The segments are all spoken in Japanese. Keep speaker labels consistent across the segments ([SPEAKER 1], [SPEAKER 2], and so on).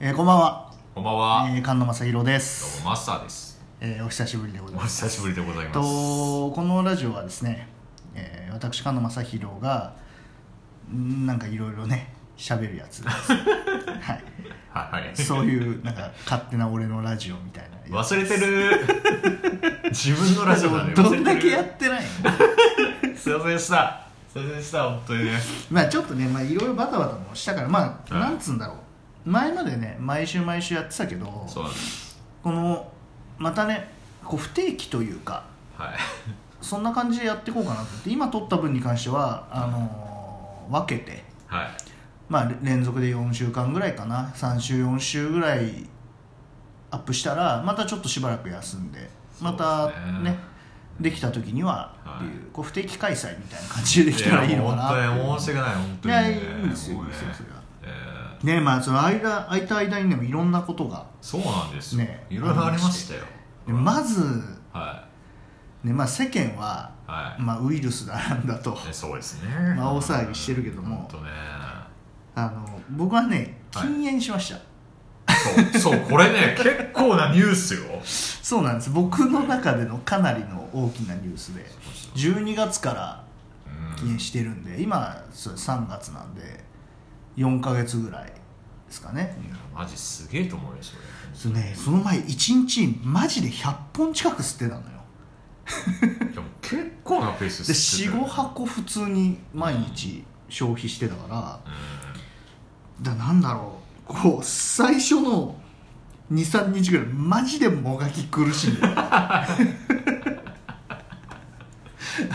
[SPEAKER 1] えーこんばんは、
[SPEAKER 2] こんばんは。
[SPEAKER 1] えー、菅野正弘で
[SPEAKER 2] ど
[SPEAKER 1] す
[SPEAKER 2] うもマスターです。
[SPEAKER 1] えーお久しぶりでござい
[SPEAKER 2] お
[SPEAKER 1] ます
[SPEAKER 2] 久しぶりでござ
[SPEAKER 1] え
[SPEAKER 2] い
[SPEAKER 1] っ
[SPEAKER 2] ます。
[SPEAKER 1] とこのラジオはですね、えー私菅野正弘がんなんかいろいろね喋るやつです はい
[SPEAKER 2] はいはい。
[SPEAKER 1] そういうなんか勝手な俺のラジオみたいなやつ
[SPEAKER 2] 忘れて る。自分のラジオだね。
[SPEAKER 1] どんだけ
[SPEAKER 2] 忘
[SPEAKER 1] や
[SPEAKER 2] れて
[SPEAKER 1] ってないの
[SPEAKER 2] るすいませんでした。すいませんでした。本当にね。
[SPEAKER 1] まあちょっとねまあいろいろバタバタもしたからまあ、
[SPEAKER 2] うん
[SPEAKER 1] なんつうんだろう前までね毎週毎週やってたけど
[SPEAKER 2] そうなんです。
[SPEAKER 1] このまたねこう不定期というか
[SPEAKER 2] はい。
[SPEAKER 1] そんな感じでやっていこうかなと思って今撮った分に関してはあのー分けて、
[SPEAKER 2] はい。
[SPEAKER 1] まあ、れ連続で4週間ぐらいかな3週4週ぐらいアップしたらまたちょっとしばらく休んでまた
[SPEAKER 2] そう
[SPEAKER 1] ね
[SPEAKER 2] ですね
[SPEAKER 1] できた時にはっ
[SPEAKER 2] は
[SPEAKER 1] て
[SPEAKER 2] い
[SPEAKER 1] いう,、こう不定期開催みたいな感じでできたらいいのかなって
[SPEAKER 2] いや
[SPEAKER 1] い
[SPEAKER 2] も
[SPEAKER 1] う
[SPEAKER 2] う本当に申し訳ない。本当
[SPEAKER 1] い
[SPEAKER 2] にね、
[SPEAKER 1] やいいんですよい
[SPEAKER 2] も
[SPEAKER 1] いう
[SPEAKER 2] ね
[SPEAKER 1] ですよそれは
[SPEAKER 2] えー
[SPEAKER 1] ねまあその間空いた間にでもいろんなことが
[SPEAKER 2] そうなんですよ
[SPEAKER 1] ね。
[SPEAKER 2] いろいろありましたよ。
[SPEAKER 1] でまず、
[SPEAKER 2] は
[SPEAKER 1] ねまあ、世間は、
[SPEAKER 2] い。はい。
[SPEAKER 1] まあ、ウイルスだなんだと
[SPEAKER 2] ねそうですね。
[SPEAKER 1] まあ大騒ぎしてるけども
[SPEAKER 2] 本当ね。
[SPEAKER 1] あの僕はね
[SPEAKER 2] はい
[SPEAKER 1] 禁煙しました、
[SPEAKER 2] そう、そう、これね、結構なニュースよ。
[SPEAKER 1] そうなんです僕の中でのかなりの大きなニュースで12月から
[SPEAKER 2] うん
[SPEAKER 1] 禁煙してるんで今そう3月なんで4ヶ月ぐらいですかね
[SPEAKER 2] いやマジすげえと思うよそれ
[SPEAKER 1] そうねその前1日マジで100本近く吸ってたのよ
[SPEAKER 2] でも結構なペース
[SPEAKER 1] で
[SPEAKER 2] 吸ってたよ
[SPEAKER 1] 45箱普通に毎日消費してたか
[SPEAKER 2] う
[SPEAKER 1] らだなんだろうこう最初の23日ぐらいマジでもがき苦し んでた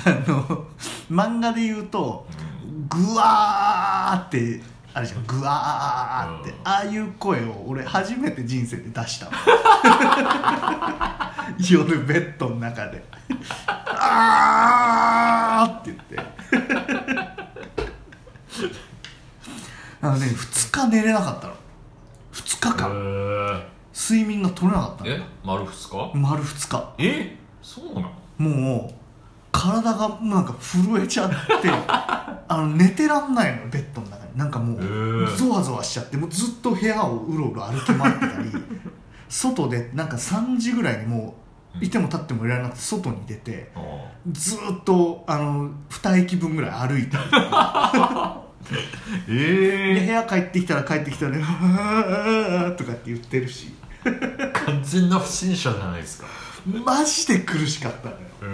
[SPEAKER 1] あの漫画で言うと
[SPEAKER 2] ん
[SPEAKER 1] グワーってあれじゃんグワーって、
[SPEAKER 2] うん
[SPEAKER 1] ああいう声を俺初めて人生で出したわ 夜ベッドの中であーって言って あのね2日寝れなかったの2日間
[SPEAKER 2] うん
[SPEAKER 1] 睡眠が取れなかった
[SPEAKER 2] え
[SPEAKER 1] の
[SPEAKER 2] 丸二日
[SPEAKER 1] 丸2日
[SPEAKER 2] えそうなの
[SPEAKER 1] もう体がなんか震えちゃって あの寝てらんないのベッドの中になんかも
[SPEAKER 2] へ
[SPEAKER 1] う
[SPEAKER 2] ー
[SPEAKER 1] ゾワゾワしちゃってもうずっと部屋をうろうろ歩き回ってた り外でなんか3時ぐらいにもういても立ってもいられなくて外に出て
[SPEAKER 2] あ
[SPEAKER 1] ずーっとあの2駅分ぐらい歩 いたり
[SPEAKER 2] あ
[SPEAKER 1] で部
[SPEAKER 2] ええ
[SPEAKER 1] 屋帰ってきたら帰ってきたら「あー」とかって言ってるし
[SPEAKER 2] 完全な不審者じゃないですか
[SPEAKER 1] マジで苦しかったのよ、
[SPEAKER 2] へえ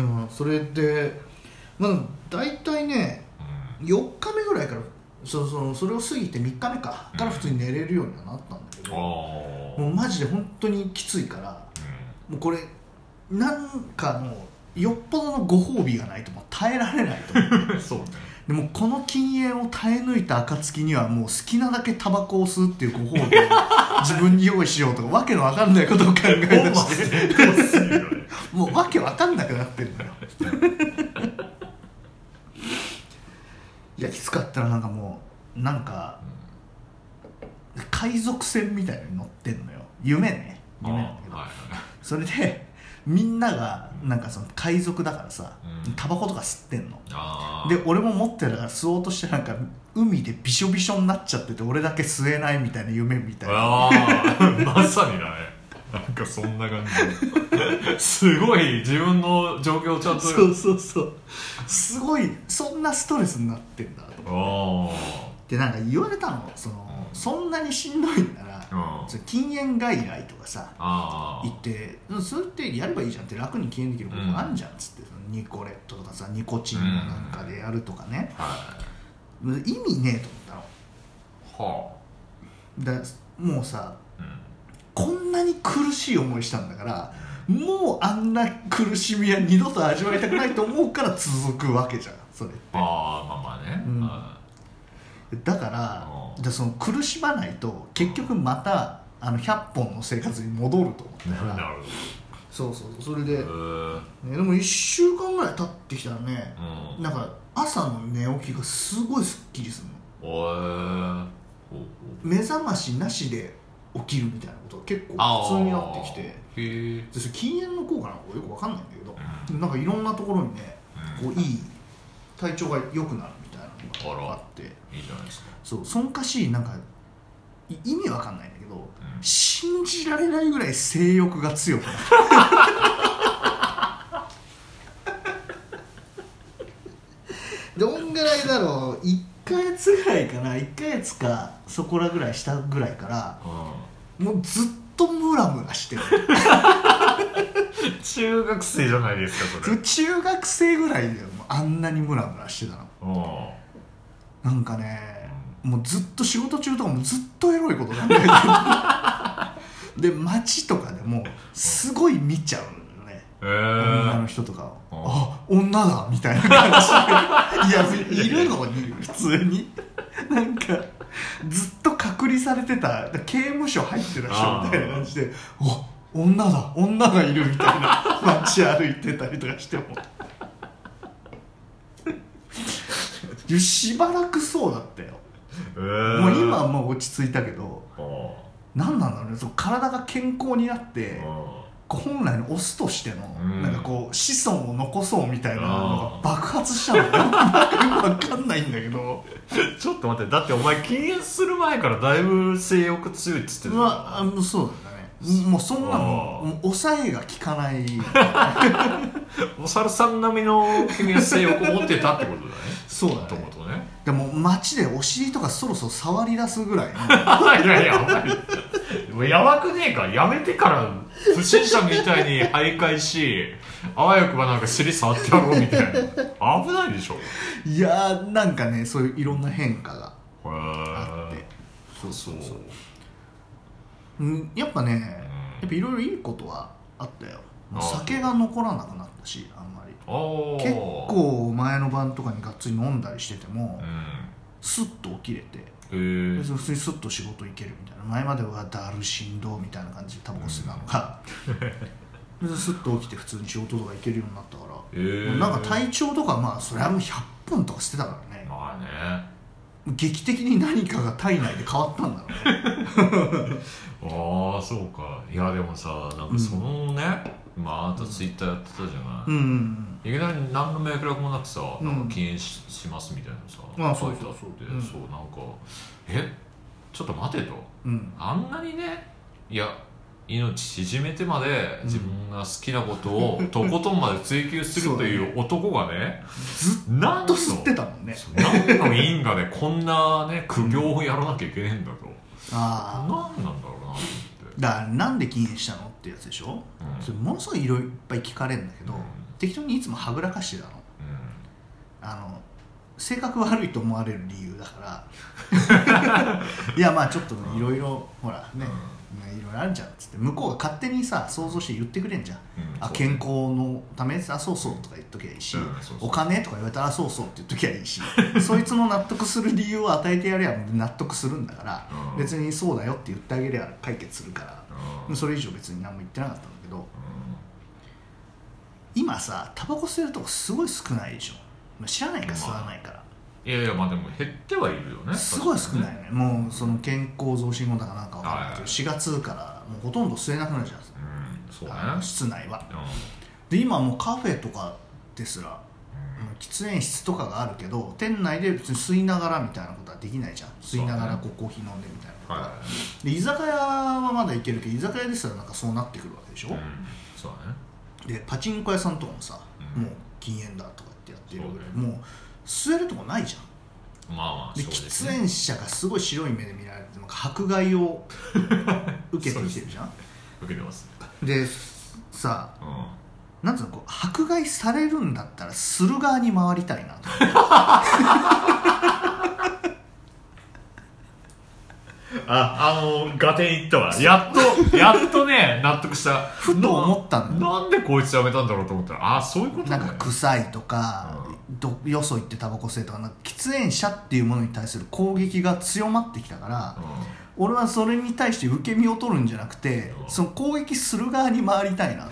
[SPEAKER 2] うん
[SPEAKER 1] うん、それでまあ大体ね4日目ぐらいからそそのそれを過ぎて3日目かから普通に寝れるようにはなったんだけ
[SPEAKER 2] ああ
[SPEAKER 1] ど、もうマジで本当にきついからもうこれなんかもうよっぽどのご褒美がないともう耐えられないと思う
[SPEAKER 2] うんそうね
[SPEAKER 1] でもこの禁煙を耐え抜いた暁にはもう好きなだけタバコを吸うっていうご褒美を自分に用意しようとかわけのわかんないことを考え出
[SPEAKER 2] 本
[SPEAKER 1] して
[SPEAKER 2] 末転倒する よね
[SPEAKER 1] もうわけわかんなくなってるのよいやきつかったらなんかもうなんか海賊船みたいのに乗ってんのよ夢ね
[SPEAKER 2] うん
[SPEAKER 1] 夢なんだけど、
[SPEAKER 2] あ
[SPEAKER 1] それでみんながなんかその海賊だからさ
[SPEAKER 2] うん
[SPEAKER 1] タバコとか吸ってんの
[SPEAKER 2] あはい
[SPEAKER 1] で俺も持ってたから吸おうとしてなんか海でびしょびしょになっちゃってて俺だけ吸えないみたいな夢みたいな
[SPEAKER 2] ああ まさにだねなんかそんな感じすごい自分の状況をちゃんと
[SPEAKER 1] そうそうそうすごいそんなストレスになってんだと
[SPEAKER 2] あ
[SPEAKER 1] でなんか言われたのその、
[SPEAKER 2] うん
[SPEAKER 1] そんなにしんどいんなら、
[SPEAKER 2] あ
[SPEAKER 1] それ禁煙外来とかさ
[SPEAKER 2] あ
[SPEAKER 1] 行ってうんそれってやればいいじゃんって楽に禁煙できる方法あんじゃんっつって、そのニコレットとかさニコチンのなんかでやるとかね、
[SPEAKER 2] は
[SPEAKER 1] 意味ねえと思っ
[SPEAKER 2] いは
[SPEAKER 1] たのだもうさ
[SPEAKER 2] あ
[SPEAKER 1] こんなに苦しい思いしたんだからもうあんな苦しみは二度と味わいたくないと思うから続くわけじゃんそれ
[SPEAKER 2] ああまあまあね
[SPEAKER 1] うん
[SPEAKER 2] は
[SPEAKER 1] だから
[SPEAKER 2] うん
[SPEAKER 1] でその苦しまないと結局またあの100本の生活に戻ると思っ
[SPEAKER 2] い
[SPEAKER 1] たから
[SPEAKER 2] なる
[SPEAKER 1] そうそうそうそれで、
[SPEAKER 2] ほど
[SPEAKER 1] ね、でも1週間ぐらい経ってきたらね
[SPEAKER 2] う、ん
[SPEAKER 1] なんか朝の寝起きがすごいすっきりするの
[SPEAKER 2] おーおお
[SPEAKER 1] 目覚ましなしで起きるみたいなことが結構
[SPEAKER 2] あー
[SPEAKER 1] 普通になってきてで
[SPEAKER 2] へえ
[SPEAKER 1] それ禁煙の効果なのかよくわかんないんだけどでもなんかいろんなところにねこういい体調が良くなるみたいなのがあって
[SPEAKER 2] いいじゃないですか
[SPEAKER 1] そうそんかしいなんかい意味わかんないんだけど信じられないぐらい性欲が強くなる どんぐらいだろう1ヶ月ぐらいかな1ヶ月かそこらぐらいしたぐらいからもうずっとムラムラして る
[SPEAKER 2] うん中学生じゃないですかそ
[SPEAKER 1] そ
[SPEAKER 2] れ
[SPEAKER 1] れ中学生ぐらいでもうあんなにムラムラしてたの
[SPEAKER 2] うんうん
[SPEAKER 1] なんかねもうずっと仕事中とかもずっとエロいこと考えてるで街とかでもすごい見ちゃうのよね
[SPEAKER 2] え
[SPEAKER 1] 女の
[SPEAKER 2] ー、
[SPEAKER 1] 人とかを「
[SPEAKER 2] うん
[SPEAKER 1] あ女だ」みたいな感じで いやいるのに普通になんかずっと隔離されてた刑務所入ってる人みたいな感じで「お女だ女がいる」みたいな 街歩いてたりとかしてもいやしばらくそうだったよ
[SPEAKER 2] えー、
[SPEAKER 1] もう今はもう落ち着いたけど何なんだろうねその体が健康になって、
[SPEAKER 2] う
[SPEAKER 1] こう本来のオスとしての、
[SPEAKER 2] うん
[SPEAKER 1] なんかこう子孫を残そうみたいなの
[SPEAKER 2] あ
[SPEAKER 1] が爆発したのよなんかよくわかんないんだけど
[SPEAKER 2] んちょっと待ってだってお前禁煙する前からだいぶ性欲強いっつってた
[SPEAKER 1] まああのそうだねもうそんなも
[SPEAKER 2] あー
[SPEAKER 1] んもう抑えが効かない
[SPEAKER 2] お猿さん並みの君は性欲を持ってたってことだね
[SPEAKER 1] そうだ
[SPEAKER 2] と
[SPEAKER 1] ね
[SPEAKER 2] ことね
[SPEAKER 1] でも街でお尻とかそろそろ触り出すぐら いの
[SPEAKER 2] いやいやお前でもやばくねえかやめてから不審者みたいに徘徊しあわよくばなんか尻触ってやろうみたいな危ないでしょへ
[SPEAKER 1] いやーなんかねそういういろんな変化があって
[SPEAKER 2] え
[SPEAKER 1] そうそうそううんやっぱねやっぱいろいろいいことはあったよもう酒が残らなくなったしあんまり
[SPEAKER 2] ああ
[SPEAKER 1] 結構前の晩とかにがっつり飲んだりしてても、スッと起きれて
[SPEAKER 2] うんへえ
[SPEAKER 1] 別に普通にスッと仕事行けるみたいな前まではだるしんどみたいな感じでタバコ吸ってたのが、 別にスッと起きて普通に仕事とか行けるようになったから、
[SPEAKER 2] へえ
[SPEAKER 1] なんか体調とかまあそれはもう100本とか捨てたからね
[SPEAKER 2] まあね
[SPEAKER 1] 劇的に何かが体内で変わったんだろう ね
[SPEAKER 2] ああそうかいやでもさなんかそのね、まああなたツイッターやってたじゃない、
[SPEAKER 1] うんうんうん
[SPEAKER 2] いきなり何の脈絡もなくさ、
[SPEAKER 1] うん
[SPEAKER 2] なんか禁煙ししますみたいなさ
[SPEAKER 1] あ
[SPEAKER 2] 書
[SPEAKER 1] そ
[SPEAKER 2] いうて
[SPEAKER 1] そうそう
[SPEAKER 2] って
[SPEAKER 1] うん
[SPEAKER 2] そうなんかえちょっと待てと
[SPEAKER 1] うん
[SPEAKER 2] あんなにねいや命縮めてまで自分が好きなこ とをとことんまで追求するという男がね
[SPEAKER 1] ず
[SPEAKER 2] 何
[SPEAKER 1] っ
[SPEAKER 2] の
[SPEAKER 1] と吸ってたもんね
[SPEAKER 2] そう何の因果で こんなね苦行をやらなきゃいけねえんだと、
[SPEAKER 1] ああ
[SPEAKER 2] 何なんだろうなと思って。
[SPEAKER 1] だからなんで禁煙したのってやつでしょ、
[SPEAKER 2] うん
[SPEAKER 1] それものすごいいろいろいっぱい聞かれるんだけど、
[SPEAKER 2] うん
[SPEAKER 1] 適当にいつもはぐらかしてたの
[SPEAKER 2] う
[SPEAKER 1] あの性格悪いと思われる理由だから いやまあちょっとねいろいろほらね、いろいろあるじゃんっつって向こうが勝手にさ想像して言ってくれんじゃん、
[SPEAKER 2] んうん
[SPEAKER 1] あ健康のためですあそうそうとか言っときゃいいし、
[SPEAKER 2] うんそうそう
[SPEAKER 1] お金とか言われたらあそうそうって言っときゃいいし そいつの納得する理由を与えてやれば納得するんだから、
[SPEAKER 2] うん
[SPEAKER 1] 別にそうだよって言ってあげれば解決するから、
[SPEAKER 2] うん
[SPEAKER 1] それ以上別に何も言ってなかったんだけど
[SPEAKER 2] う
[SPEAKER 1] 今さタバコ吸えるとこすごい少ないでしょまあ知らないか
[SPEAKER 2] まあ
[SPEAKER 1] 吸わないから、
[SPEAKER 2] んいやいやまあでも減ってはいるよね
[SPEAKER 1] すごい少ない
[SPEAKER 2] い
[SPEAKER 1] よねもうその健康増進後だかなんかわかんないけ
[SPEAKER 2] はい
[SPEAKER 1] ど4月からもうほとんど吸えなくなるじゃん
[SPEAKER 2] うんそうね
[SPEAKER 1] あの室内はで今もうカフェとかですらもう喫煙室とかがあるけど店内で別に吸いながらみたいなことはできないじゃん吸いながらこうコーヒー飲んでみたいなこと
[SPEAKER 2] うん
[SPEAKER 1] は、
[SPEAKER 2] は
[SPEAKER 1] で居酒屋はまだ行けるけど居酒屋ですらなんかそうなってくるわけでしょ、
[SPEAKER 2] いうんそうだね
[SPEAKER 1] でパチンコ屋さんとかもさ、
[SPEAKER 2] うん
[SPEAKER 1] もう禁煙だとかってやってるぐらい
[SPEAKER 2] そうだ
[SPEAKER 1] もう吸えるとこないじゃん
[SPEAKER 2] まあまあ
[SPEAKER 1] で
[SPEAKER 2] そうです
[SPEAKER 1] 喫
[SPEAKER 2] ね
[SPEAKER 1] 煙者がすごい白い目で見られてなんか迫害 を受けてきてるじゃん
[SPEAKER 2] 受けてますね
[SPEAKER 1] でさ
[SPEAKER 2] うん
[SPEAKER 1] なんつうのこう迫害されるんだったらする側に回りたいな と
[SPEAKER 2] ああのガテンいったわやっとやっとね納得したふ
[SPEAKER 1] と思ったんだよ
[SPEAKER 2] なんでこいつやめたんだろうと思ったらあそういうこと
[SPEAKER 1] な
[SPEAKER 2] ね
[SPEAKER 1] んか臭いとか、どよそ行ってタバコ吸えとかなんか喫煙者っていうものに対する攻撃が強まってきたから、
[SPEAKER 2] う
[SPEAKER 1] 俺はそれに対して受け身を取るんじゃなくて
[SPEAKER 2] うん
[SPEAKER 1] その攻撃する側に回りたいな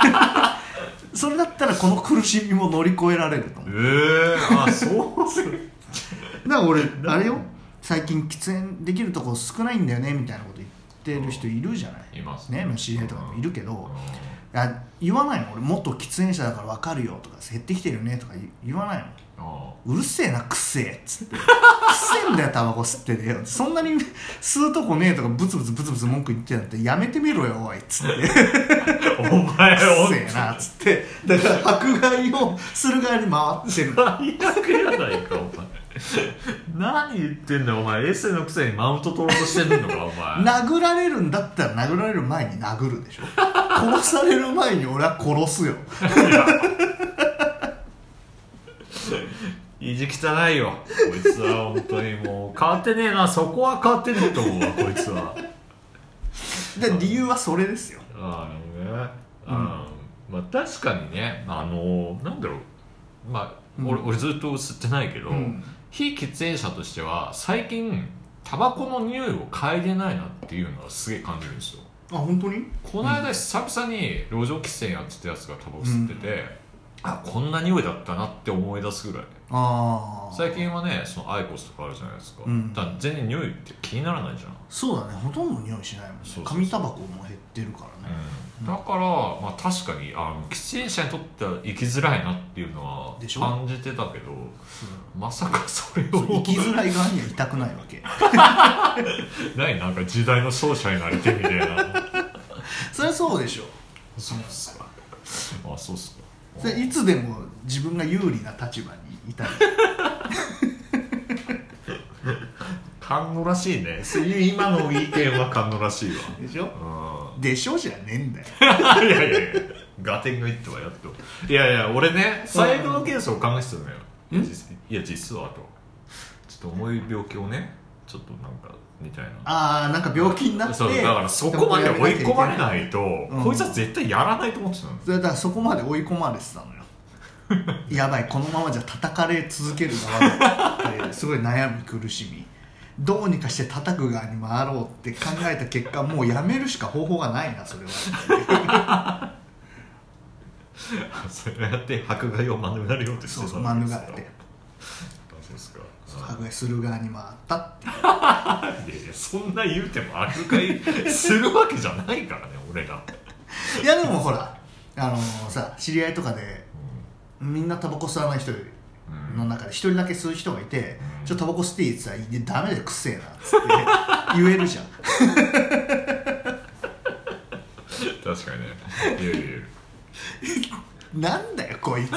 [SPEAKER 1] それだったらこの苦しみも乗り越えられると思うん
[SPEAKER 2] ええあそうする
[SPEAKER 1] だから俺あれよ最近喫煙できるとこ少ないんだよねみたいなこと言ってる人いるじゃない
[SPEAKER 2] います
[SPEAKER 1] ねまあ知り合いとかもいるけ
[SPEAKER 2] う
[SPEAKER 1] ど
[SPEAKER 2] ん
[SPEAKER 1] あ言わないの俺元喫煙者だから分かるよとか減ってきてるよねとか言言わないの
[SPEAKER 2] あ
[SPEAKER 1] うるせえなくせえっつって くせえんだよタバコ吸っててよそんなに吸うとこねえとかブツブツブツブツ文句言ってんだってやめてみろよおいっつっ て
[SPEAKER 2] ーお前
[SPEAKER 1] く
[SPEAKER 2] お
[SPEAKER 1] せえなっつってだから迫害をする側に回ってる
[SPEAKER 2] 最悪やないかお前何言ってんだよお前エセのくせにマウント取ろうとしてんのかお前
[SPEAKER 1] 殴られるんだったら殴られる前に殴るでしょ殺される前に俺は殺すよ
[SPEAKER 2] 意地汚いよこいつは本当にもう変わってねえなそこは変わってねえと思うわこいつは
[SPEAKER 1] で理由はそれですよ
[SPEAKER 2] ああなるほどねあー、まあ確かにねあのなんだろうまあ、
[SPEAKER 1] うん
[SPEAKER 2] 俺俺ずっと吸ってないけど、
[SPEAKER 1] うん
[SPEAKER 2] 非喫煙者としては最近タバコの匂いを嗅いでないなっていうのはすげえ感じるんですよ
[SPEAKER 1] あ本当に
[SPEAKER 2] この間久々に路上喫煙やってたやつがタバコ吸ってて、あこんな匂いだったなって思い出すぐらい
[SPEAKER 1] ああ
[SPEAKER 2] 最近はねそのアイコスとかあるじゃないですか、
[SPEAKER 1] うん
[SPEAKER 2] だから全然匂いって気にならないじゃん、
[SPEAKER 1] そうだねほとんど匂いしないもんね
[SPEAKER 2] そうそうそう
[SPEAKER 1] 紙タバコも減ってるからね、
[SPEAKER 2] だから、まあ、確かにあの喫煙者にとっては生きづらいなっていうのは
[SPEAKER 1] でしょ
[SPEAKER 2] 感じてたけどまさかそれを
[SPEAKER 1] そう生きづらい側には痛くない わけ
[SPEAKER 2] ないなんか時代の勝者になりてみたいな
[SPEAKER 1] それは そうでしょ
[SPEAKER 2] そうっすかあそうっすか
[SPEAKER 1] それいつでも自分が有利な立場にいたい
[SPEAKER 2] 感動らしいねそういう今の意見は感動らしいわ
[SPEAKER 1] でしょ
[SPEAKER 2] うん
[SPEAKER 1] でしょじゃねえんだよ
[SPEAKER 2] いやいやいや、ガテンがいってはやっと。いやいや、俺ね、最悪のケースを考えてたのよ。いや、実いや実はと。ちょっと重い病気をね、ちょっとなんか、みたいな。
[SPEAKER 1] ああなんか病気になって
[SPEAKER 2] そうだからそこまで追い込まれないと、
[SPEAKER 1] うん
[SPEAKER 2] こいつは絶対やらないと思ってたの
[SPEAKER 1] それだからそこまで追い込まれてたのよ やばいこのままじゃ叩かれ続ける側だってすごい悩み苦しみどうにかして叩く側に回ろうって考えた結果もうやめるしか方法がないなそ れは
[SPEAKER 2] それやって迫害を免れようとし
[SPEAKER 1] そ
[SPEAKER 2] て
[SPEAKER 1] う
[SPEAKER 2] た
[SPEAKER 1] そう
[SPEAKER 2] わけ
[SPEAKER 1] 免
[SPEAKER 2] で
[SPEAKER 1] れ
[SPEAKER 2] すよ
[SPEAKER 1] て
[SPEAKER 2] あそうですか
[SPEAKER 1] 迫害する側に回ったって
[SPEAKER 2] いやいやそんな言うても迫害するわけじゃないからね俺ら、
[SPEAKER 1] いやでもほらあのさ知り合いとかでみんなタバコ吸わない人
[SPEAKER 2] うん
[SPEAKER 1] の中で一人だけ吸う人がいて
[SPEAKER 2] う
[SPEAKER 1] 「
[SPEAKER 2] ん
[SPEAKER 1] ちょっとタバコ吸っていい?」って言ったら「いやダメだよくせえな」っつって言えるじゃん
[SPEAKER 2] 確かにねいやいやいや
[SPEAKER 1] なんだよこい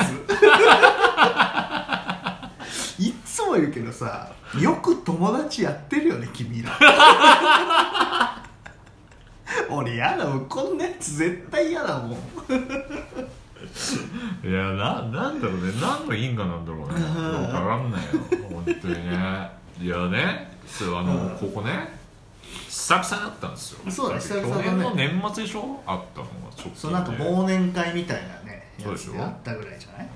[SPEAKER 1] ついつも言うけどさよく友達やってるよね君 ら俺やだもうこんなやつ絶対嫌だもん
[SPEAKER 2] いやななんだろうね何の因果なんだろうね分からんないよ本当にねいやねそうあの、
[SPEAKER 1] うん
[SPEAKER 2] ここね久々にあったんですよ
[SPEAKER 1] そうだ久々だね
[SPEAKER 2] 去年の年末でしょあったのが直近で
[SPEAKER 1] そのなんか忘年会みたいなね
[SPEAKER 2] そう
[SPEAKER 1] や
[SPEAKER 2] でし
[SPEAKER 1] つ
[SPEAKER 2] ょ
[SPEAKER 1] であったぐらいじゃない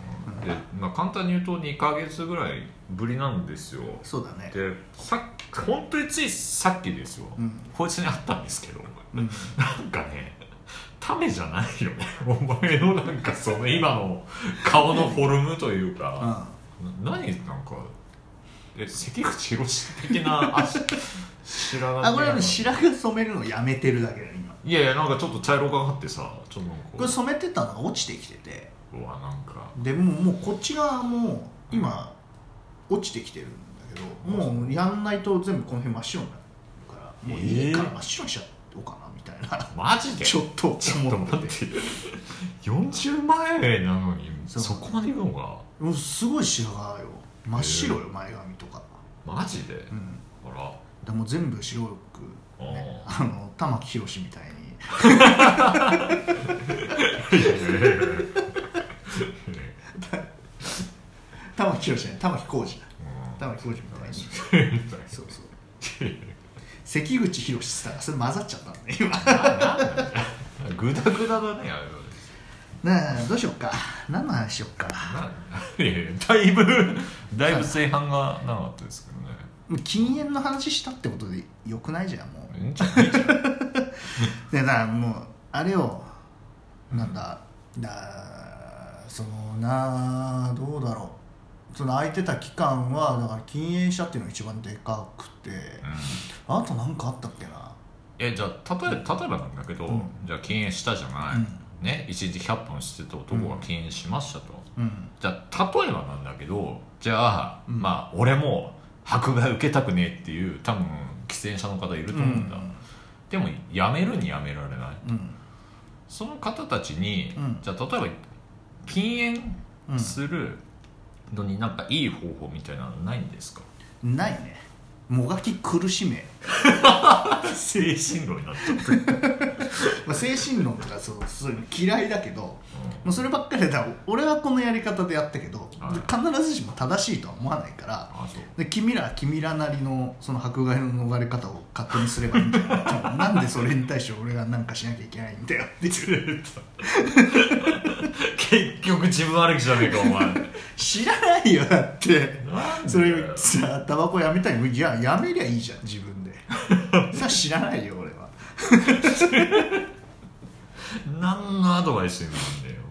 [SPEAKER 2] で、まあ、簡単に言うと2か月ぐらいぶりなんですよ
[SPEAKER 1] そうだね
[SPEAKER 2] でさっき本当についさっきですよ、
[SPEAKER 1] うん
[SPEAKER 2] こいつに会ったんですけど
[SPEAKER 1] うん
[SPEAKER 2] なんかねためじゃないよお前のなんかその今の顔のフォルムというか、
[SPEAKER 1] うん
[SPEAKER 2] な何なんかえ関口宏的なあし知らない
[SPEAKER 1] あこれはね白髪染めるのやめてるだけだよ今
[SPEAKER 2] いやいやなんかちょっと茶色がかってさちょっとなんか
[SPEAKER 1] これ染めてたのが落ちてきてて
[SPEAKER 2] うわなんか
[SPEAKER 1] でもうもうこっち側も今落ちてきてるんだけどもうやんないと全部この辺真っ白になるからもういいから真っ白にしちゃおうかなみたいな
[SPEAKER 2] マジで
[SPEAKER 1] ちょっと
[SPEAKER 2] ちょっと
[SPEAKER 1] 思
[SPEAKER 2] 待
[SPEAKER 1] っ
[SPEAKER 2] って
[SPEAKER 1] て
[SPEAKER 2] て40万円なのに
[SPEAKER 1] そ
[SPEAKER 2] そうこまで言うのが
[SPEAKER 1] もうすごい白髪よ真っ白よ前髪とか
[SPEAKER 2] マジで、
[SPEAKER 1] うん
[SPEAKER 2] あら
[SPEAKER 1] でもう全部白く、ね、あの玉木宏みたいに玉木宏じゃない玉木浩二だ玉木浩二みたいにそうそう関口宏って言ってたらそれ混ざっちゃったんで今
[SPEAKER 2] グダグダだねあれは
[SPEAKER 1] なあどうしよっか何の話しよっか
[SPEAKER 2] ないやいやだいぶだいぶ正反がなかったですけどね
[SPEAKER 1] 禁煙の話したってことでよくないじゃんも
[SPEAKER 2] いいんじゃないいいんじゃないう
[SPEAKER 1] でだからもうあれよなんだだそのなあどうだろうその空いてた期間はだから禁煙者っていうのが一番でかくてあと何かあったっけな
[SPEAKER 2] えじゃあ例え例えばなんだけど、
[SPEAKER 1] うん
[SPEAKER 2] じゃあ禁煙したじゃない、
[SPEAKER 1] うん
[SPEAKER 2] ね一日100本吸ってた男が禁煙しましたと、
[SPEAKER 1] うん
[SPEAKER 2] じゃあ例えばなんだけどじゃあ、
[SPEAKER 1] うん
[SPEAKER 2] まあ俺も迫害受けたくねえっていう多分喫煙者の方いると思うんだ、でもやめるにやめられない
[SPEAKER 1] うん
[SPEAKER 2] その方たちに、
[SPEAKER 1] うん
[SPEAKER 2] じゃあ例えば禁
[SPEAKER 1] うん
[SPEAKER 2] 煙するのになんかいい方法みたいなのないんですか、
[SPEAKER 1] ないねもがき苦しめ、
[SPEAKER 2] 精神論になっちゃった、
[SPEAKER 1] まあ、精神論とかそうそういうの嫌いだけどもうそればっかりだ俺はこのやり方でやったけど、
[SPEAKER 2] はい
[SPEAKER 1] 必ずしも正しいとは思わないから
[SPEAKER 2] あそう
[SPEAKER 1] で君らは君らなりのその迫害の逃れ方を勝手にすればいいんだよ なんでそれに対して俺が何かしなきゃいけないんだよっていう
[SPEAKER 2] 結局自分歩きじゃねえかお前
[SPEAKER 1] 知らないよだって
[SPEAKER 2] なんで
[SPEAKER 1] それをさタバコやめたいいややめりゃいいじゃん自分でそれは知らないよ俺は
[SPEAKER 2] 何のアドバイスになるんだよ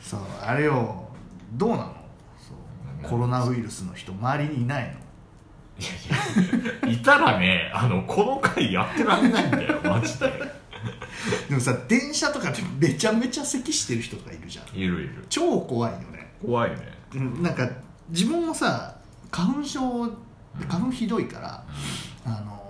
[SPEAKER 1] そうあれよどうなのそうコロナウイルスの人周りにいないの
[SPEAKER 2] いやいやいたらねあのこの回やってられないんだよマジで
[SPEAKER 1] でもさ電車とかでめちゃめちゃ咳してる人とかいるじゃん
[SPEAKER 2] いるいる
[SPEAKER 1] 超怖いよね
[SPEAKER 2] 怖いね
[SPEAKER 1] うんなんか自分もさ花粉症花粉ひどいから、あのー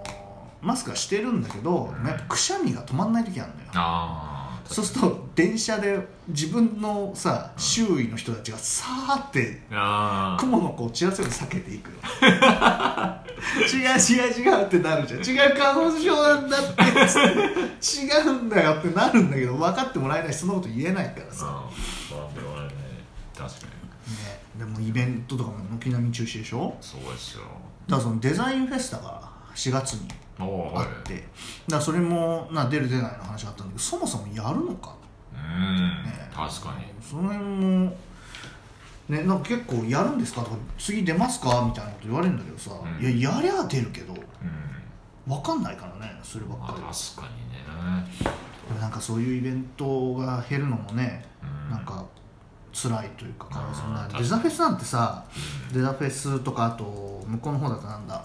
[SPEAKER 1] マスクはしてるんだけど、
[SPEAKER 2] うん
[SPEAKER 1] やっぱくしゃみが止まんない時あるのよ
[SPEAKER 2] あ
[SPEAKER 1] そうすると電車で自分のさ周囲の人たちがさーって
[SPEAKER 2] ああ
[SPEAKER 1] 雲の子を散らすように避けていくよ違う違う違うってなるじゃん違う花粉症なんだってつって違うんだよってなるんだけど分かってもらえないしそんなこと言えないからさ、
[SPEAKER 2] なんでもないね確かに
[SPEAKER 1] ね、でもイベントとかも軒並み中止でしょ
[SPEAKER 2] そうですよ
[SPEAKER 1] だからそのデザインフェスタが4月に
[SPEAKER 2] おお
[SPEAKER 1] あって、だからそれもな出る出ないの話があったんだけどそもそもやるのか
[SPEAKER 2] うん
[SPEAKER 1] ね
[SPEAKER 2] 確かに
[SPEAKER 1] その辺も、ね、なんか結構やるんですかとか次出ますかみたいなこと言われるんだけどさ、
[SPEAKER 2] うん
[SPEAKER 1] いややりゃ出るけど
[SPEAKER 2] うん
[SPEAKER 1] 分かんないからねそればっ
[SPEAKER 2] ま
[SPEAKER 1] かり
[SPEAKER 2] あ確かにね
[SPEAKER 1] これなんかそういうイベントが減るのもね、
[SPEAKER 2] うん
[SPEAKER 1] なんか辛いというかかわいそうな
[SPEAKER 2] あー
[SPEAKER 1] デザフェスなんてさデザフェスとかあと向こうの方だとなんだ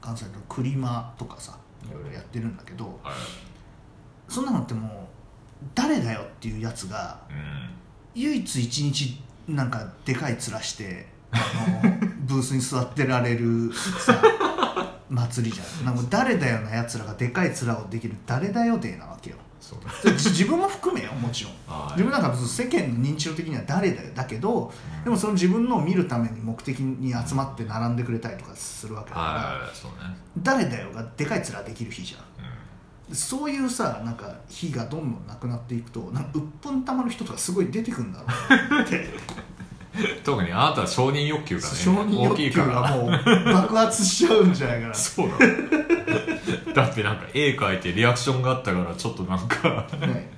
[SPEAKER 1] 関西のクリマとかさいろいろやってるんだけど
[SPEAKER 2] はい
[SPEAKER 1] そんなのってもう誰だよっていうやつが
[SPEAKER 2] うん
[SPEAKER 1] 唯一一日なんかでかい面してあ のブースに座ってられるさ祭りじゃんなんかもう誰だよなやつらがでかい面をできる誰だよデーなわけよ
[SPEAKER 2] そう
[SPEAKER 1] それ自分も含めよもちろん
[SPEAKER 2] はい
[SPEAKER 1] 自分なんか別に世間の認知度的には誰だよだけどでもその自分のを見るために目的に集まって並んでくれたりとかするわけだから
[SPEAKER 2] はいそうね
[SPEAKER 1] 誰だよがでかい面できる日じゃん
[SPEAKER 2] うん
[SPEAKER 1] そういうさなんか日がどんどんなくなっていくとなんか鬱憤たまる人とかすごい出てくるんだろうなって
[SPEAKER 2] 特にあなたは承認欲求がね
[SPEAKER 1] 承認
[SPEAKER 2] 大
[SPEAKER 1] 欲
[SPEAKER 2] きい
[SPEAKER 1] 求
[SPEAKER 2] から
[SPEAKER 1] がもう爆発しちゃうんじゃないかな
[SPEAKER 2] そうなの だってなんか絵描いてリアクションがあったからちょっとなんか
[SPEAKER 1] ね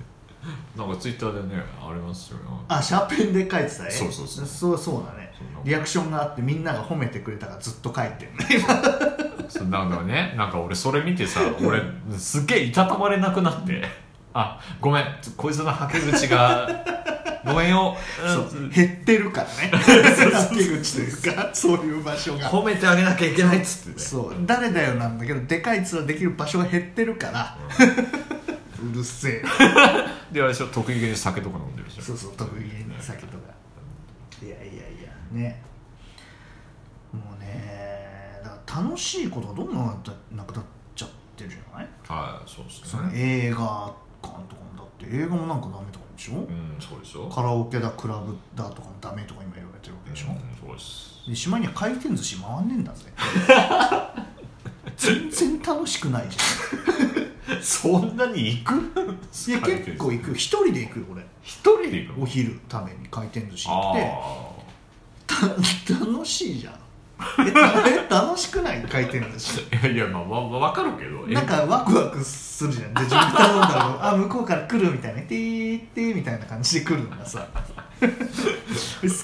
[SPEAKER 2] なんかツイッターでねありますよ
[SPEAKER 1] あシャーペンで書いてた絵
[SPEAKER 2] そうそうそう
[SPEAKER 1] そうそうだねリアクションがあってみんなが褒めてくれたからずっと書いてるね
[SPEAKER 2] そうなんかねなんか俺それ見てさ俺すっげえいたたまれなくなってあごめんこいつのはけ口が ごめんよ
[SPEAKER 1] そう
[SPEAKER 2] うん
[SPEAKER 1] 減ってるからね 吐き口というかそういう場所が
[SPEAKER 2] 褒めてあげなきゃいけないっつってね
[SPEAKER 1] そう誰だよなんだけどでかい面できる場所が減ってるから うるせえ
[SPEAKER 2] であれでしょ得意げに酒とか飲んでるでしょ
[SPEAKER 1] そうそう特技の酒とかいやいやいやねもうねだから楽しいことがどんどんなくなっちゃってるじゃない
[SPEAKER 2] はいそうです
[SPEAKER 1] その
[SPEAKER 2] ね
[SPEAKER 1] 映画館とかもだって映画もなんかダメとかでしょ、
[SPEAKER 2] うんそうでしょ
[SPEAKER 1] カラオケだクラブだとかもダメとか今言われてるわけでしょ、
[SPEAKER 2] うんそうです
[SPEAKER 1] でしまいには回転寿司回んねえんだぜ全然楽しくないじ
[SPEAKER 2] そんなに行く
[SPEAKER 1] ゃんいや結構行く一人で行くよ俺
[SPEAKER 2] 一人で行く
[SPEAKER 1] お昼食べに回転寿司行ってた
[SPEAKER 2] あ
[SPEAKER 1] 楽しいじゃんえたえ楽しくない回転寿司
[SPEAKER 2] あいやいやまあわわわかるけどえ
[SPEAKER 1] なんかワクワクするじゃんで自分頼んだらあ向こうから来るみたいな「てーてー」みたいな感じで来るのが さ好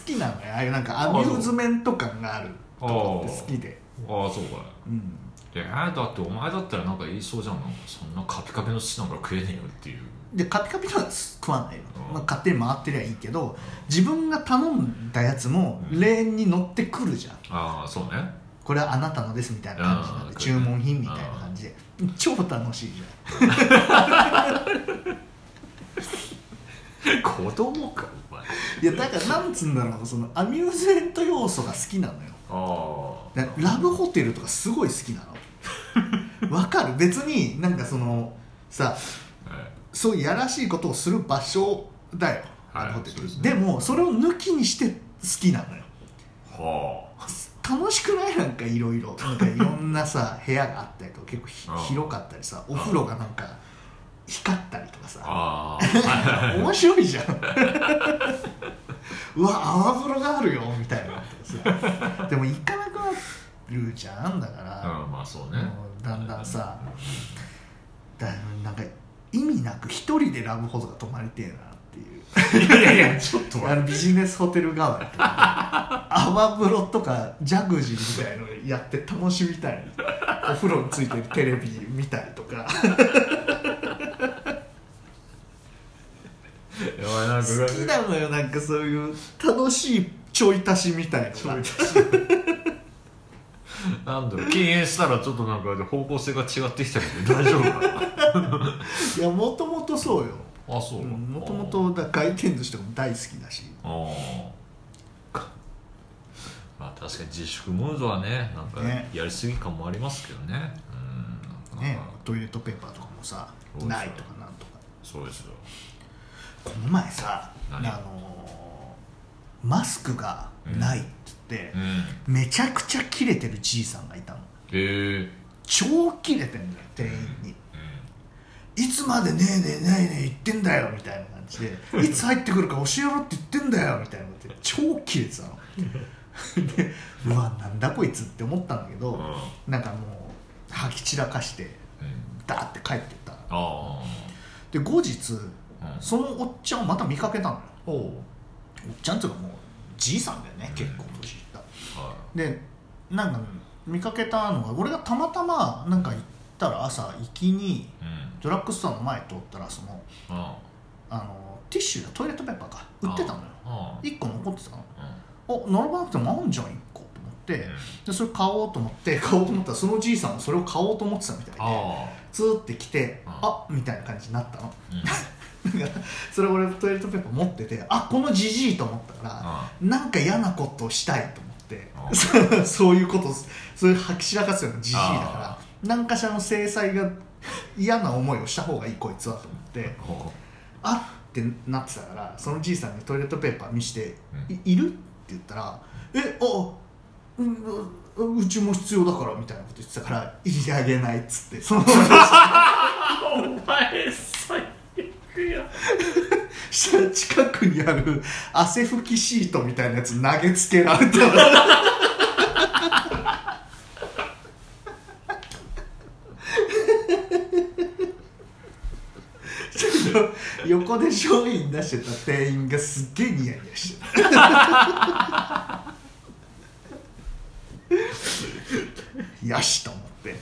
[SPEAKER 1] きなのよああいうなんかアミューズメント感があるとこって好きで
[SPEAKER 2] ああそうか
[SPEAKER 1] うん
[SPEAKER 2] いやだってお前だったらなんか言いそうじゃんなんかそんなカピカピの寿司なんか食えねえよっていう
[SPEAKER 1] でカピカピのは食わないの、
[SPEAKER 2] うん
[SPEAKER 1] まあ、勝手に回ってりゃいいけど自分が頼んだやつもレーンに乗ってくるじゃん
[SPEAKER 2] ああそうね
[SPEAKER 1] これはあなたのですみたいな感じになって
[SPEAKER 2] うん
[SPEAKER 1] 注文品みたいな感じで超楽しいじゃん
[SPEAKER 2] 子供かお前
[SPEAKER 1] いやだからなんつうんだろうそのアミューズメント要素が好きなのよ
[SPEAKER 2] あ
[SPEAKER 1] だからラブホテルとかすごい好きなのわかる別になんかそのさ
[SPEAKER 2] あ、はい
[SPEAKER 1] そういうやらしいことをする場所だよ、
[SPEAKER 2] はい
[SPEAKER 1] ラブホテル
[SPEAKER 2] そうです
[SPEAKER 1] で
[SPEAKER 2] ね
[SPEAKER 1] もそれを抜きにして好きなのよ
[SPEAKER 2] はあ
[SPEAKER 1] 楽しくないなんかいろいろなんかいろんなさ 部屋があったりとか結構ひ
[SPEAKER 2] うん
[SPEAKER 1] 広かったりさお風呂がなんか光ったりとかさ
[SPEAKER 2] ああ
[SPEAKER 1] 面白いじゃん うわ泡風呂があるよみたいなさでも行かなくなるじゃんだか
[SPEAKER 2] うんまあそう
[SPEAKER 1] ら、
[SPEAKER 2] ね
[SPEAKER 1] もうだんだんさだなんか意味なく一人でラブホとか泊まりてえなっていう
[SPEAKER 2] いやいやいやちょっと
[SPEAKER 1] あ
[SPEAKER 2] 待っ
[SPEAKER 1] のビジネスホテル代わりとか泡風呂とかジャグジーみたいのやって楽しみたいお風呂についてるテレビ見たりとか
[SPEAKER 2] てお前なんか
[SPEAKER 1] 好きなのよなんかそういう楽しいちょい足しみたい
[SPEAKER 2] ち
[SPEAKER 1] の
[SPEAKER 2] ょ
[SPEAKER 1] が
[SPEAKER 2] いなんだろう禁煙したらちょっとなんか方向性が違ってきたけど大丈夫か
[SPEAKER 1] いやもともとそうよ
[SPEAKER 2] なあそう
[SPEAKER 1] もともとだ回転寿司とかも大好きだし
[SPEAKER 2] ああまあ確かに自粛ムードはねなんか
[SPEAKER 1] ね
[SPEAKER 2] やりすぎ感もありますけどねうんなん
[SPEAKER 1] ね
[SPEAKER 2] か
[SPEAKER 1] トイレットペーパーとかもさ
[SPEAKER 2] そうそう
[SPEAKER 1] ないとかなんとか
[SPEAKER 2] そうですよ
[SPEAKER 1] この前さあ
[SPEAKER 2] 何
[SPEAKER 1] のーマスクがないっつって
[SPEAKER 2] う、ん
[SPEAKER 1] めちゃくちゃキレてるじいさんがいたの
[SPEAKER 2] ええ
[SPEAKER 1] 超キレてんだよ店員に、いつまでねえねえねえねえ言ってんだよみたいな感じ でいつ入ってくるか教えろって言ってんだよみたいなことで超キレてた のでうわなんだこいつって思ったんだけど、
[SPEAKER 2] うんうん
[SPEAKER 1] なんかもう吐き散らかしてダーって帰ってった
[SPEAKER 2] ああ
[SPEAKER 1] で後日
[SPEAKER 2] うん
[SPEAKER 1] そのおっちゃんをまた見かけたのよ
[SPEAKER 2] おう
[SPEAKER 1] おっちゃんっていうかもうじいさんだよね結構年いった
[SPEAKER 2] は
[SPEAKER 1] でなんか見かけたのが俺がたまたまなんか行ったら朝行きに
[SPEAKER 2] いうん
[SPEAKER 1] ドラッグストアの前通ったらその
[SPEAKER 2] あ
[SPEAKER 1] あのティッシュやトイレットペーパーか売ってたのよ
[SPEAKER 2] あ
[SPEAKER 1] 1個残ってたの
[SPEAKER 2] あ
[SPEAKER 1] お並ばなくてもあんじゃん1個と思って
[SPEAKER 2] うん
[SPEAKER 1] でそれ買おうと思って 買おうと思ったらそのじいさんもそれを買おうと思ってたみたいで
[SPEAKER 2] あ
[SPEAKER 1] ツーって来て
[SPEAKER 2] うん
[SPEAKER 1] あみたいな感じになったの
[SPEAKER 2] あうん
[SPEAKER 1] なんか それ俺トイレットペーパー持っててあこのじじいと思ったから
[SPEAKER 2] あ
[SPEAKER 1] なんか嫌なことをしたいと思って
[SPEAKER 2] あ
[SPEAKER 1] そう そういうことそういう吐き散らかすようなじじいだ
[SPEAKER 2] あ
[SPEAKER 1] から何かしらの制裁が嫌な思いをした方がいいこいつはと思って
[SPEAKER 2] おう
[SPEAKER 1] あってなってたからそのじいさんにトイレットペーパー見して「
[SPEAKER 2] うん
[SPEAKER 1] いいる?」って言ったら「えあうんううちも必要だから」みたいなこと言ってたから「いやあげない」っつってその
[SPEAKER 2] お前最悪や
[SPEAKER 1] 近くにある汗拭きシートみたいなやつ投げつけられたちょっと 横で商品出してた店員がすっげえニヤニヤしてた よしと思って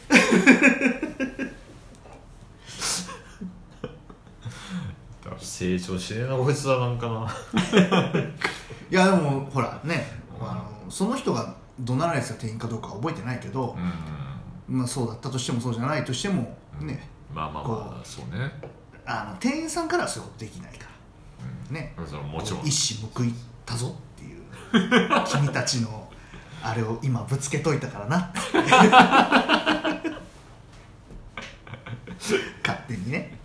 [SPEAKER 2] 成長しねえなこいつはなんかない
[SPEAKER 1] やでもほらねあのその人が怒鳴られてた店員かどうかは覚えてないけど
[SPEAKER 2] うん、
[SPEAKER 1] まあ、そうだったとしてもそうじゃないとしても
[SPEAKER 2] うん
[SPEAKER 1] ね、
[SPEAKER 2] まあまあま
[SPEAKER 1] こ
[SPEAKER 2] あそうね
[SPEAKER 1] あの店員さんからはそういうことできないからね
[SPEAKER 2] それはもちろん
[SPEAKER 1] 一矢報いたぞって いう君たちのあれを今ぶつけといたからな って勝手にね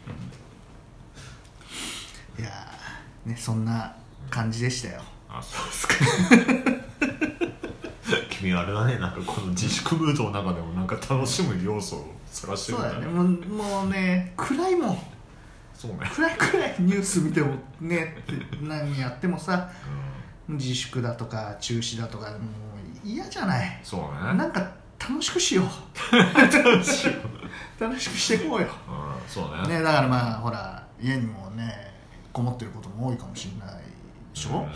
[SPEAKER 1] いやーねそんな感じでしたよ
[SPEAKER 2] あそうですか 君あれだねなんかこの自粛ムードの中でもなんか楽しむ要素を探して
[SPEAKER 1] そ
[SPEAKER 2] るん
[SPEAKER 1] う
[SPEAKER 2] だ
[SPEAKER 1] だよ
[SPEAKER 2] ね
[SPEAKER 1] ねもうもうね暗いもん
[SPEAKER 2] そうね
[SPEAKER 1] 暗い暗いニュース見てもねって何やってもさ自粛だとか中止だとかもう嫌じゃない
[SPEAKER 2] そうね
[SPEAKER 1] なんか楽しくしよう楽しくしていこうよ、
[SPEAKER 2] うんそうね
[SPEAKER 1] ね、だからまあほら家にもねこもってることも多いかもしれないでしょ、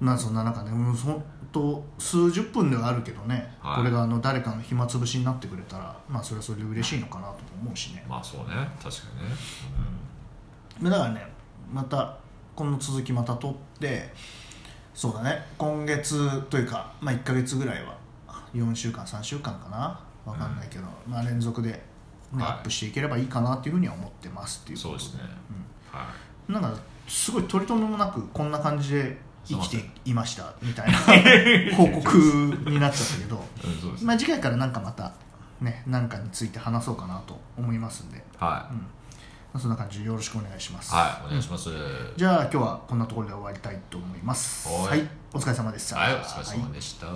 [SPEAKER 1] まあそんな中ねもうほんと数十分ではあるけどね、
[SPEAKER 2] はい
[SPEAKER 1] これがあの誰かの暇つぶしになってくれたらまあそれはそれで嬉しいのかなとも思うしね
[SPEAKER 2] うんまあそうね確かにね
[SPEAKER 1] だからねまたこの続きまた撮ってそうだね今月というか、まあ、1か月ぐらいは4週間3週間かなわかんないけど、まあ、連続で、ね
[SPEAKER 2] はい
[SPEAKER 1] アップしていければいいかなっていうふうには思ってますって
[SPEAKER 2] う
[SPEAKER 1] い
[SPEAKER 2] ん
[SPEAKER 1] うこと
[SPEAKER 2] そうですねはい
[SPEAKER 1] なんかすごい取り留めもなくこんな感じで生きていましたみたいな報
[SPEAKER 2] 報
[SPEAKER 1] 告になっちゃったけ ど、
[SPEAKER 2] うん、そうです、
[SPEAKER 1] まあ、次回からなんかまたね何かについて話そうかなと思いますんで、
[SPEAKER 2] は
[SPEAKER 1] うんまあ、そんな感じでよろしくお願いしま
[SPEAKER 2] い
[SPEAKER 1] す、
[SPEAKER 2] はいお願いします、
[SPEAKER 1] じゃあ今日はこんなところで終わりたいと思います
[SPEAKER 2] は
[SPEAKER 1] はいいお疲れ様でした
[SPEAKER 2] はいお疲れ様でした、